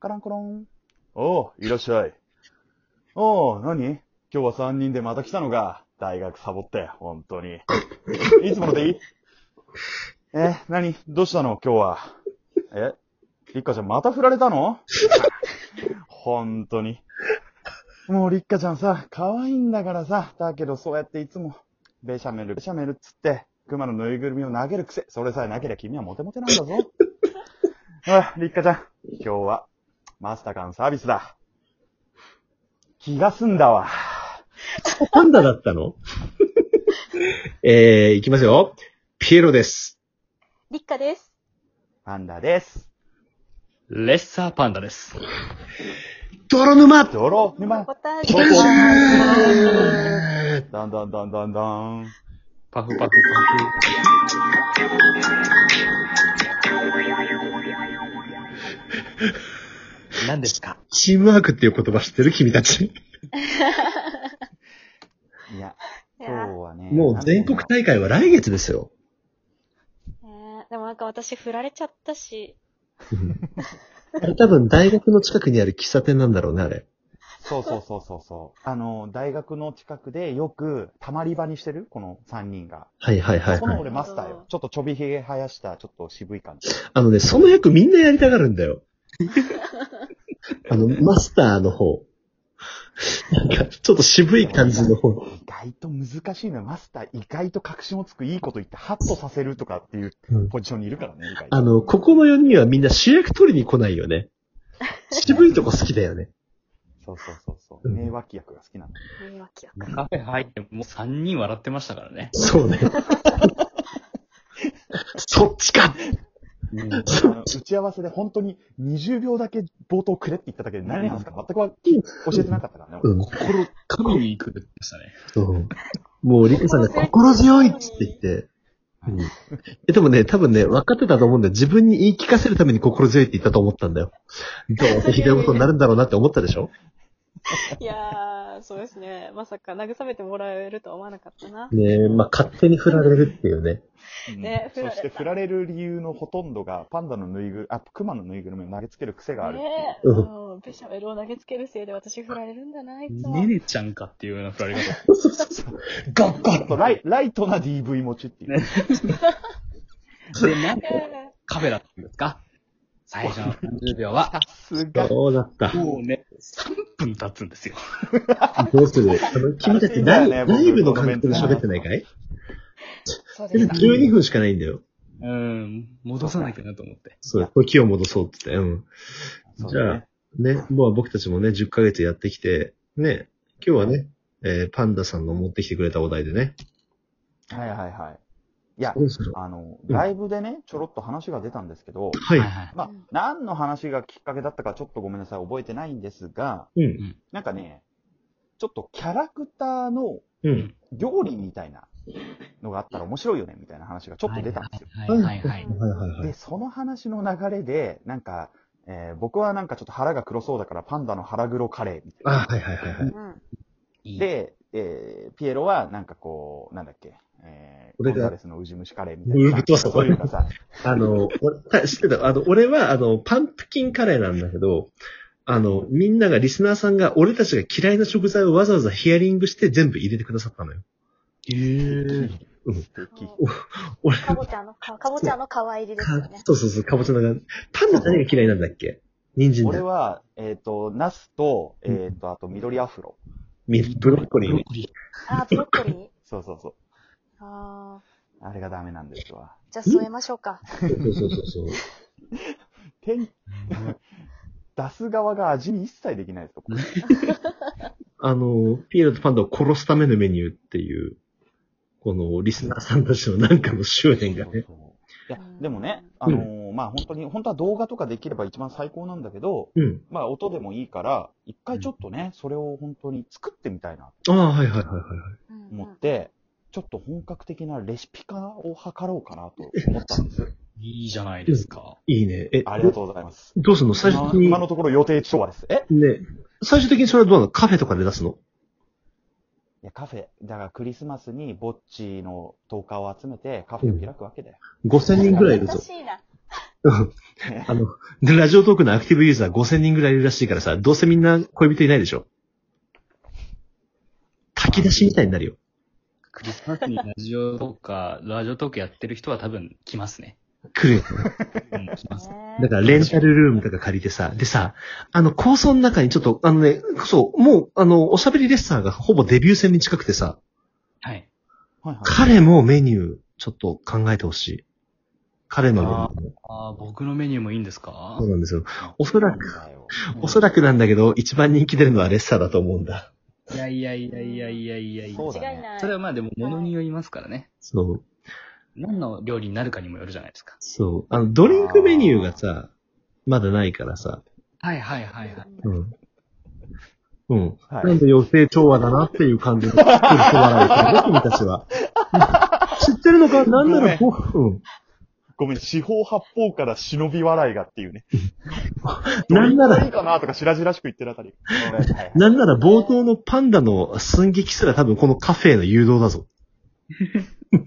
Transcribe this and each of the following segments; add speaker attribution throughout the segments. Speaker 1: カランコロン。おう、いらっしゃい。おう、何今日は3人でまた来たのか。大学サボって、本当に。いつものでいいえ、何どうしたの今日は。え、リッカちゃんまた振られたの本当に。もうリッカちゃんさ、可愛いんだからさ。だけどそうやっていつも、ベシャメル、ベシャメルっつって、熊のぬいぐるみを投げる癖。それさえなければ君はモテモテなんだぞ。ほら、リッカちゃん。今日は、マスタカンサービスだ。気が済んだわ。
Speaker 2: パンダだったの えー、いきますよ。ピエロです。
Speaker 3: 立夏です。
Speaker 1: パンダです。
Speaker 4: レッサーパンダです。
Speaker 2: 泥沼
Speaker 1: 泥沼。
Speaker 3: 答え
Speaker 1: そこ
Speaker 3: です。
Speaker 1: だんだんだんだんだん。
Speaker 4: パフパフパフ。何ですか
Speaker 2: チームワークっていう言葉知ってる君たち。
Speaker 1: いや、
Speaker 3: い
Speaker 1: 今
Speaker 3: や
Speaker 1: 日はね。
Speaker 2: もう全国大会は来月ですよ。
Speaker 3: ねでもなんか私振られちゃったし、
Speaker 2: あれ多分大学の近くにある喫茶店なんだろうね、あれ。
Speaker 1: そうそうそうそうそう。あの、大学の近くでよく、たまり場にしてるこの3人が。
Speaker 2: はいはいはい、
Speaker 1: そこ
Speaker 2: は
Speaker 1: の
Speaker 2: い。
Speaker 1: 俺マスターよ。ちょっとちょびひげ生やした、ちょっと渋い感じ。
Speaker 2: あのね、その役みんなやりたがるん だよ。あの、マスターの方。なんか、ちょっと渋い感じの方。
Speaker 1: 意外と難しいのよ。マスター意外と確信をつくいいこと言って、ハッとさせるとかっていう
Speaker 2: うん
Speaker 1: ポジションにいるからね、意外と
Speaker 2: あの、ここの4人はみんな主役取りに来ないよね。渋いとこ好きだよね。
Speaker 1: そうそうそうそう。名脇役が好きなの。
Speaker 3: 迷惑や。
Speaker 4: カフェ入ってもう3人笑ってましたからね。
Speaker 2: そうね。そっち
Speaker 1: あ
Speaker 2: か
Speaker 1: の打ち合わせで本当に20秒だけ冒頭くれって言っただけで何なんですか全くは教えてなかったからね。
Speaker 2: うん。
Speaker 4: 心、神に行くって言ってましたね。
Speaker 2: そう。もう、リコさんが心強いっつって言って。うん、えでもね、多分ね、分かってたと思うんだよ。自分に言い聞かせるために心強いって言ったと思ったんだよ。どうせひどいことになるんだろうなって思ったでしょ
Speaker 3: いやー、そうですね。まさか慰めてもらえるとは思わなかったな。
Speaker 2: ねえ、まあ、勝手に振られるっていうね。
Speaker 1: うん
Speaker 3: ね振
Speaker 1: そ
Speaker 3: られた
Speaker 1: して振られる理由のほとんどが、パンダのぬいぐる、あ、熊のぬいぐるみを投げつける癖があるっていう。
Speaker 3: ねえ、
Speaker 2: う
Speaker 3: うん。ベシャメルを投げつけるせいで私振られるんだな、いつも。
Speaker 4: ねねちゃんかっていうような振られ方。
Speaker 2: ガッガ
Speaker 1: ちょっとライライトな DV 持ちっていう。
Speaker 4: で、なんで
Speaker 3: え
Speaker 4: カフェだったんですか最初の30秒は。
Speaker 1: すが。
Speaker 2: そうだった。
Speaker 4: もうね、3分経つんですよ。
Speaker 2: どうするあの君たちライ
Speaker 1: あれだよね
Speaker 2: ライブの感覚で喋ってないかい
Speaker 3: ーそうですか。
Speaker 2: ?12 分しかないんだよ。
Speaker 4: うん、戻さなきゃなと思って。
Speaker 2: そう、時を戻そうって言って。うん。
Speaker 1: そう
Speaker 2: じゃ
Speaker 1: だ
Speaker 2: あ
Speaker 1: ね、
Speaker 2: ね、まあ僕たちもね、10ヶ月やってきて、ね、今日はね、えーパンダさんの持ってきてくれたお題でね。
Speaker 1: はいはいはい。いや、
Speaker 2: どうする
Speaker 1: あの、
Speaker 2: うん
Speaker 1: ライブでね、ちょろっと話が出たんですけど、
Speaker 2: はい。
Speaker 4: は
Speaker 1: まあ
Speaker 3: うん、
Speaker 1: 何の話がきっかけだったかちょっとごめんなさい、覚えてないんですが、
Speaker 2: うん。
Speaker 1: なんかね、ちょっとキャラクターの
Speaker 2: うん。
Speaker 1: 料理みたいなのがあったら面白いよね、みたいな話がちょっと出たんですよ。
Speaker 4: はいはいはいはい。
Speaker 2: はいはいは
Speaker 1: で、
Speaker 2: い。
Speaker 1: その話の流れで、なんか、えー僕はなんかちょっと腹が黒そうだからパンダの腹黒カレーみたいな。
Speaker 2: あ、はいはいはいはい。
Speaker 3: うん。
Speaker 4: いい、
Speaker 1: で、えーピエロはなんかこう、なんだっけ、えー、
Speaker 2: 俺
Speaker 1: ゴ
Speaker 2: が
Speaker 1: ンザレスのウジ虫カレーみたいな
Speaker 2: ぶ
Speaker 1: さ。
Speaker 2: っ飛ばした
Speaker 1: そういうかさ、
Speaker 2: あの、俺 知ってた。あの、俺は、あの、パンプキンカレーなんだけど、あの、みんなが、リスナーさんが、俺たちが嫌いな食材をわざわざヒアリングして全部入れてくださったのよ。
Speaker 4: へー
Speaker 1: 素敵。
Speaker 2: 俺、
Speaker 3: かぼちゃの、かかぼちゃの皮入りですよ
Speaker 2: か
Speaker 3: ね。
Speaker 2: そうそうそう、かぼちゃのが、パンダ何が嫌いなんだっけ人参
Speaker 1: 俺
Speaker 2: だ。
Speaker 1: は、えっ、と、ナスと、えっ、と、あと緑アフロ。
Speaker 2: みブロッコリ
Speaker 4: ブ ロ
Speaker 2: ー
Speaker 4: ッ。コリー
Speaker 3: あー、ブロッコリー
Speaker 1: そうそうそう。
Speaker 3: あ
Speaker 1: あれがダメなんですわ。
Speaker 3: ー、じゃあ添えましょうか。
Speaker 2: そうそうそうそう。
Speaker 1: 天、出す側が味に一切できないですよ、これ
Speaker 2: あの、ピエロとパンダを殺すためのメニューっていう、このリスナーさんたちのなんかの執念がね。
Speaker 1: そうそういや、でもね、あのーまあ本当に、本当は動画とかできれば一番最高なんだけど、
Speaker 2: うん。
Speaker 1: まあ音でもいいから、一回ちょっとね、それを本当に作ってみたいな
Speaker 2: ああ、はいはいはいはいはい。
Speaker 3: うん
Speaker 1: と思っ
Speaker 3: うん
Speaker 1: て、ちょっと本格的なレシピ化を図ろうかなと思ったんです。
Speaker 4: いいじゃないですか。
Speaker 2: いいね。え、
Speaker 1: ありがとうございます。
Speaker 2: どうすんの最終
Speaker 1: 今
Speaker 2: 的に、
Speaker 1: 今のところ予定調和です。え
Speaker 2: ね、最終的にそれはどうなのカフェとかで出すの
Speaker 1: いや、カフェ、だからクリスマスにぼっちの10日を集めてカフェを開くわけだよ。
Speaker 2: ?5000 人ぐらいいる
Speaker 3: 優
Speaker 2: ぞ。
Speaker 3: しいな。
Speaker 2: あの、でラジオトークのアクティブユーザー5000人ぐらいいるらしいからさ、どうせみんな恋人いないでしょ。炊き出しみたいになるよ。
Speaker 4: クリスマスにラジオとか、ラジオトークやってる人は多分来ますね。
Speaker 2: 来るよ。
Speaker 4: うん、来 ます。
Speaker 2: だからレンタルルームとか借りてさ、でさ、あの、構想の中にちょっと、あのね、そう、もう、あの、おしゃべりレッサーがほぼデビュー戦に近くてさ、
Speaker 4: はい。
Speaker 1: はいはい。
Speaker 2: 彼もメニュー、ちょっと考えてほしい。彼のメニューも。
Speaker 4: あー僕のメニューもいいんですか
Speaker 2: そうなんですよ。おそらく、
Speaker 1: なんだよ
Speaker 2: おそらくなんだけど、一番人気出るのはレッサーだと思うんだ。
Speaker 4: いやいやいやいやいやいやいや。
Speaker 1: そうだね
Speaker 3: 間違いない。
Speaker 4: それはまあでも、ものによりますからね。
Speaker 2: そう。
Speaker 4: 何の料理になるかにもよるじゃないですか。
Speaker 2: そう。あの、ドリンクメニューがさ、まだないからさ。
Speaker 4: はいはいはいはい。
Speaker 2: うん。うん。
Speaker 1: はい
Speaker 2: なんで予定調和だなっていう感じで、来る人笑いですよね、君たちは。知ってるのかなんならこう、うん。
Speaker 1: ごめん、四方八方から忍び笑いがっていうね。
Speaker 2: なんな
Speaker 1: どれ
Speaker 2: ら、
Speaker 1: かなとか、しらじらしく言ってるあたり。
Speaker 2: なんなら冒頭のパンダの寸劇すら多分このカフェへの誘導だぞ。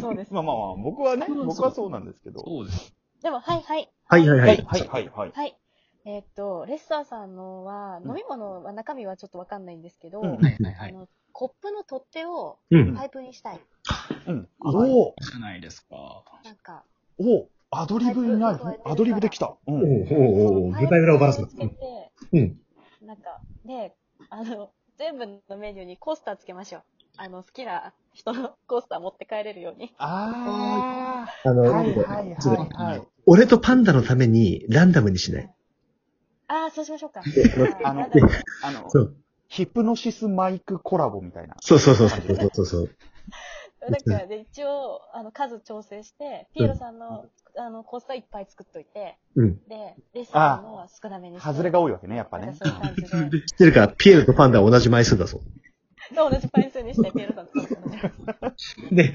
Speaker 3: そうです。
Speaker 1: まあまあまあ、僕はね、
Speaker 4: そうそう
Speaker 1: 僕はそうなんですけど。
Speaker 4: そうです。
Speaker 3: でも、はいはい。
Speaker 2: はいはい
Speaker 1: は
Speaker 2: はいい。
Speaker 1: はいはいはい。
Speaker 3: はい。えーっと、レッサーさんのは、飲み物は中身はちょっとわかんないんですけど、
Speaker 1: うん
Speaker 4: はいはいは
Speaker 3: あ
Speaker 4: い。
Speaker 3: のコップの取っ手を
Speaker 2: うん。
Speaker 3: パイプにしたい。
Speaker 1: うん。
Speaker 4: はい
Speaker 1: おお
Speaker 4: じゃないですか。
Speaker 3: なんか、
Speaker 1: おアドリブいない。アドリブできた。う
Speaker 2: お
Speaker 1: ん。
Speaker 2: うおうおう舞台裏をばらす
Speaker 3: な
Speaker 2: な。。
Speaker 3: つけて、
Speaker 2: うん。
Speaker 3: なんか、で、あの、全部のメニューにコースターつけましょう。あの、好きな人のコースター持って帰れるように。
Speaker 1: あ
Speaker 2: あの、
Speaker 1: あ。はいはい
Speaker 2: ちょっ
Speaker 1: は
Speaker 2: と
Speaker 1: いはい。
Speaker 2: 俺とパンダのためにランダムにしない。
Speaker 3: ああ、そうしましょうか。
Speaker 1: あの
Speaker 3: な んだろう
Speaker 1: あの、
Speaker 2: そう。
Speaker 1: ヒプノシスマイクコラボみたいな。
Speaker 2: そうそうそうそうそうそうそう。
Speaker 3: なんか、で、一応、あの、数調整して、ピエロさんの、あの、コースターいっぱい作っといて、
Speaker 2: うん。
Speaker 3: で、レッサーさんのは少なめにして。
Speaker 1: ハズレが多いわけね、やっぱ
Speaker 3: なん
Speaker 1: ね
Speaker 3: か。そういう感じで。で、
Speaker 2: 知ってるか、ピエロとパンダは同じ枚数だぞ。
Speaker 3: 同じ回数にして、ピエロさんと作ったので。
Speaker 2: で、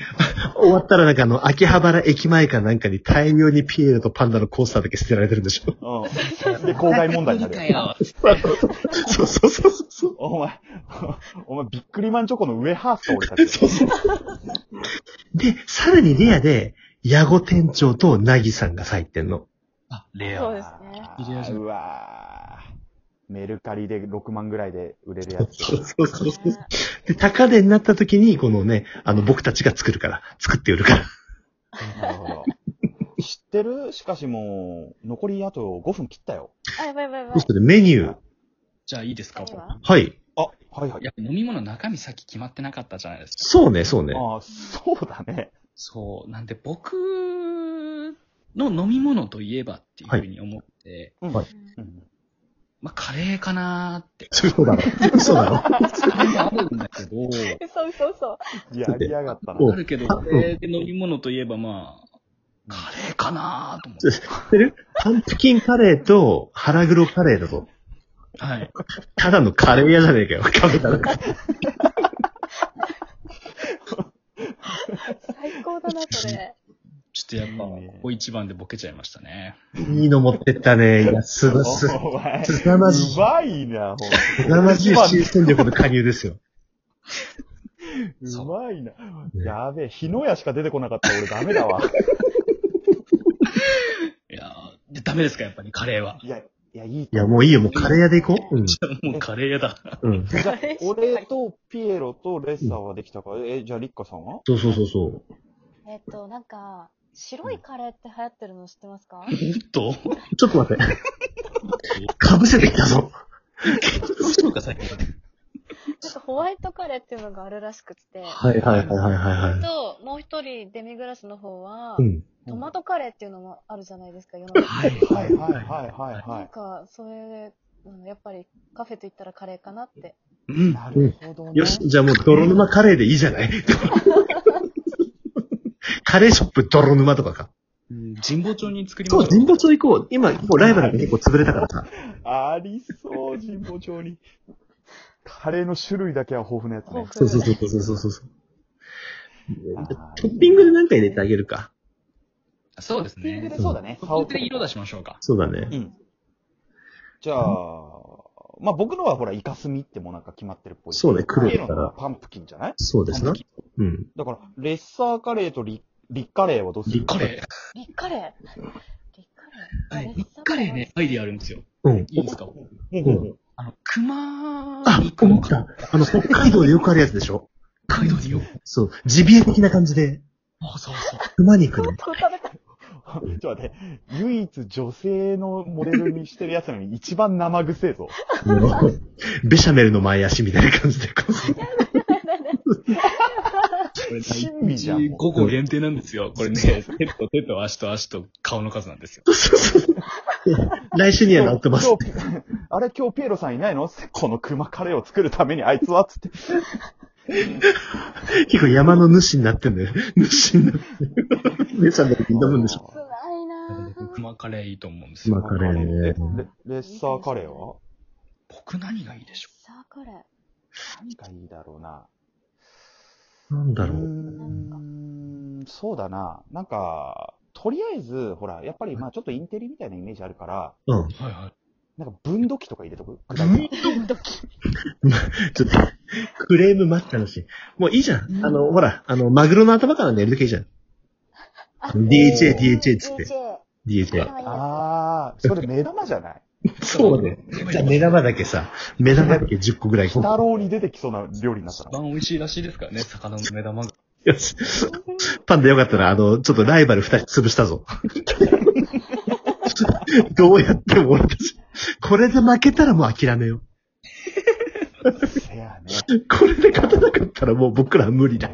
Speaker 2: 終わったらなんかあの、秋葉原駅前かなんかに大量にピエロとパンダのコースターだけ捨てられてるんでしょ
Speaker 1: うん。で、公害問題にな
Speaker 4: か
Speaker 1: るよ。
Speaker 4: よ。
Speaker 2: そうそうそうそうそう。
Speaker 1: お前、お前、ビックリマンチョコの上ハースか、俺たち。
Speaker 2: そうそう。で、さらにレアで、ヤゴ店長とナギさんが入ってんの。
Speaker 4: あ、レ
Speaker 3: そう
Speaker 4: ア。
Speaker 3: ですね。
Speaker 1: あーうわーメルカリで6万ぐらいで売れるや つ。
Speaker 2: そうそうそうそう。で、高値になった時に、このね、あの、僕たちが作るから、作って売るから。
Speaker 1: なるほど。知ってるしかしもう、残りあと5分切ったよ。
Speaker 3: あ、やばいやばいやば
Speaker 2: そ
Speaker 3: いう
Speaker 2: す。るとメニュー。
Speaker 4: じゃあいいですか
Speaker 3: 何は
Speaker 2: はい。
Speaker 1: あ、はいはい
Speaker 4: い。や、飲み物の中身さっき決まってなかったじゃないですか。
Speaker 2: そうね、そうね。
Speaker 1: ああ、そうだね。
Speaker 4: そう。なんで僕の飲み物といえばっていうふうに思って、
Speaker 1: うん
Speaker 4: まあカレーかなーって。
Speaker 2: そうだ ろ。そうだろ。
Speaker 4: カレーあるんだけど、
Speaker 3: 嘘嘘嘘。
Speaker 1: やりやがったな。
Speaker 2: お
Speaker 4: あるけど、カレーで飲み物といえばまあ、カレーかなーと思って。
Speaker 2: 知ってるパンプキンカレーと腹黒カレーだぞ。
Speaker 4: はい。
Speaker 2: ただのカレー屋じゃねえかよ。カフェだろ。
Speaker 3: 最高だな、それ。
Speaker 4: ちょっとや
Speaker 1: い
Speaker 4: っぱ、
Speaker 1: いね
Speaker 4: ここ一番でボケちゃいましたね。
Speaker 2: いいの持ってったね。いや、すごす、
Speaker 1: お前、
Speaker 2: すさまじ
Speaker 1: う
Speaker 2: い、
Speaker 1: まいな、ほん
Speaker 2: すさまじい新戦力の加入ですよ。
Speaker 1: と。うまいな。やべえ、日の矢しか出てこなかった俺ダメだわ。
Speaker 4: いやーでダメですか、やっぱりカレーは。
Speaker 1: いや、いや、いい
Speaker 2: いや、もういいよ。もうカレー屋で行こう。
Speaker 4: もうカレー屋だ。
Speaker 2: うん。うん。
Speaker 1: じゃあ俺とピエロとレッサーはできたから、え、じゃあリッカさんは
Speaker 2: そうそうそうそう。
Speaker 3: えっと、なんか、白いカレーって流行ってるの知ってますか
Speaker 4: と
Speaker 2: ちょっと 待って。かぶせてきたぞ。
Speaker 4: そうか、さっき。
Speaker 3: なんかホワイトカレーっていうのがあるらしくって。
Speaker 2: はいはいはいはいはいは
Speaker 3: と、もう一人デミグラスの方は、
Speaker 2: い。うん。
Speaker 3: トマトカレーっていうのもあるじゃないですか、世の中。
Speaker 4: はい、
Speaker 1: はいはいはいはい
Speaker 3: な
Speaker 1: は
Speaker 3: んか、それ、うん、やっぱりカフェと言ったらカレーかなって。
Speaker 4: うん
Speaker 1: い。。なるほどね。
Speaker 2: よし、じゃあもう泥沼カレーでいいじゃないカレーショップ泥沼とかか。
Speaker 4: 神保町に作りま
Speaker 2: そ
Speaker 4: し
Speaker 2: う、
Speaker 4: ょう。
Speaker 2: 神保町行こう。今、もうライバルが結構潰れたからさ。
Speaker 1: ありそう、神保町に。カレーの種類だけは豊富なやつね。
Speaker 3: 豊
Speaker 2: そう
Speaker 3: 富
Speaker 2: そうそうそうそうそうそう。
Speaker 1: あー
Speaker 2: トッピングで何か入れてあげるか。
Speaker 4: そうです
Speaker 1: トッピング
Speaker 4: ね
Speaker 1: で。そうだね。
Speaker 4: ここで色出しましょうか。
Speaker 2: そうだね
Speaker 1: う。ん。じゃあ、まあ僕のはほら、イカスミってもうなんか決まってるっぽい。
Speaker 2: そうね黒
Speaker 1: ピエ
Speaker 2: だ
Speaker 1: ロ
Speaker 2: から
Speaker 1: のはパンプキンじゃない
Speaker 2: そうですな。うん。
Speaker 1: だから、レッサーカレーとリリッカレーはどうする
Speaker 2: リッカ
Speaker 4: カレ
Speaker 3: リッカレーリッカレ
Speaker 4: あれ、一回ね、アイディアあるんですよ。
Speaker 2: うん。
Speaker 4: いいですか
Speaker 1: ほう
Speaker 2: ほうほ
Speaker 4: あの、熊
Speaker 2: あ、
Speaker 4: 肉
Speaker 2: 思
Speaker 4: の
Speaker 2: った。あの、北海道でよくあるやつでしょ
Speaker 4: 北海道でよ。
Speaker 2: そう。ジビエ的な感じで、
Speaker 4: そうそうそう。
Speaker 2: 熊肉の。
Speaker 3: これ食べた。
Speaker 1: ちょっと待って、唯一女性のモデルにしてるやつなのに一番生臭えぞ。
Speaker 2: もうベシャメルの前足みたいな感じで、こ
Speaker 4: これ
Speaker 1: 珍味じゃん
Speaker 4: 5個限定なんです よ。これね、手と手と足と足と顔の数なんですよ。
Speaker 2: う来週にはなってます。
Speaker 1: 今日あれ今日ピエロさんいないの この熊カレーを作るためにあいつはつって。
Speaker 2: 結構山の主になってんだよ。 主になって。ベシャメルに挑むんでしょ。
Speaker 3: つらいなぁ。
Speaker 4: 熊カレーいいと思うんです
Speaker 2: 熊
Speaker 4: よ。
Speaker 2: カレーね。
Speaker 1: レレッサーカレーは
Speaker 4: 僕何がいいでしょ
Speaker 3: さあ、これ。
Speaker 1: 何がいいだろうな。
Speaker 2: なんだ
Speaker 1: うー
Speaker 2: ろう。
Speaker 1: ん、そうだな。なんか、とりあえず、ほら、やっぱりまあちょっとインテリみたいなイメージあるから、
Speaker 2: うん。
Speaker 4: う。はいはい。
Speaker 1: なんか分度器とか入れとく
Speaker 2: ちょっと、クレーム待ってたし。もういいじゃん。あの、ほら、あの、マグロの頭から寝るだけいいじゃん。DHA、DHA っつって。
Speaker 3: DJ。
Speaker 2: DHA。
Speaker 3: あ
Speaker 1: あー、それ目玉じゃ ない
Speaker 2: そうね。じゃあ目玉だけさ、目玉だけ10個ぐらい。
Speaker 1: 鬼太郎に出てきそうな料理になっ
Speaker 4: 一
Speaker 1: たな。
Speaker 4: 番美味しいらしいですからね、魚の目玉が。
Speaker 2: よし。パンダよかったら、あの、ちょっとライバル二人潰した ぞ。どうやっても俺たち、これで負けたらもう諦めよ
Speaker 1: せやね。
Speaker 2: う。 これで勝たなかったらもう僕らは無理だ。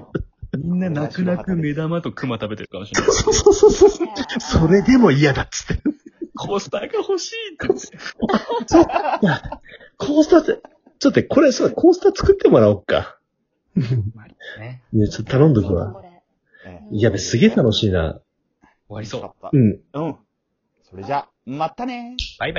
Speaker 4: みんな 泣く泣く目玉と熊食べてるかもしれない。
Speaker 2: そうそうそうそう。 それでも嫌だっつって。
Speaker 4: コースターが欲しいって言って。
Speaker 2: コースターって、ちょっと待ってこれ、そうだ、コースター作ってもらおうか。
Speaker 4: ね。
Speaker 2: ね、ちょっと頼ん
Speaker 3: ー
Speaker 2: ど
Speaker 3: いい
Speaker 2: く
Speaker 3: なこ
Speaker 2: わ。
Speaker 3: れ
Speaker 1: え
Speaker 2: いやべ、すげえ楽しいな。
Speaker 4: 終わりそう
Speaker 1: よ。かった
Speaker 2: うん。
Speaker 1: うん。それじゃ、またねー。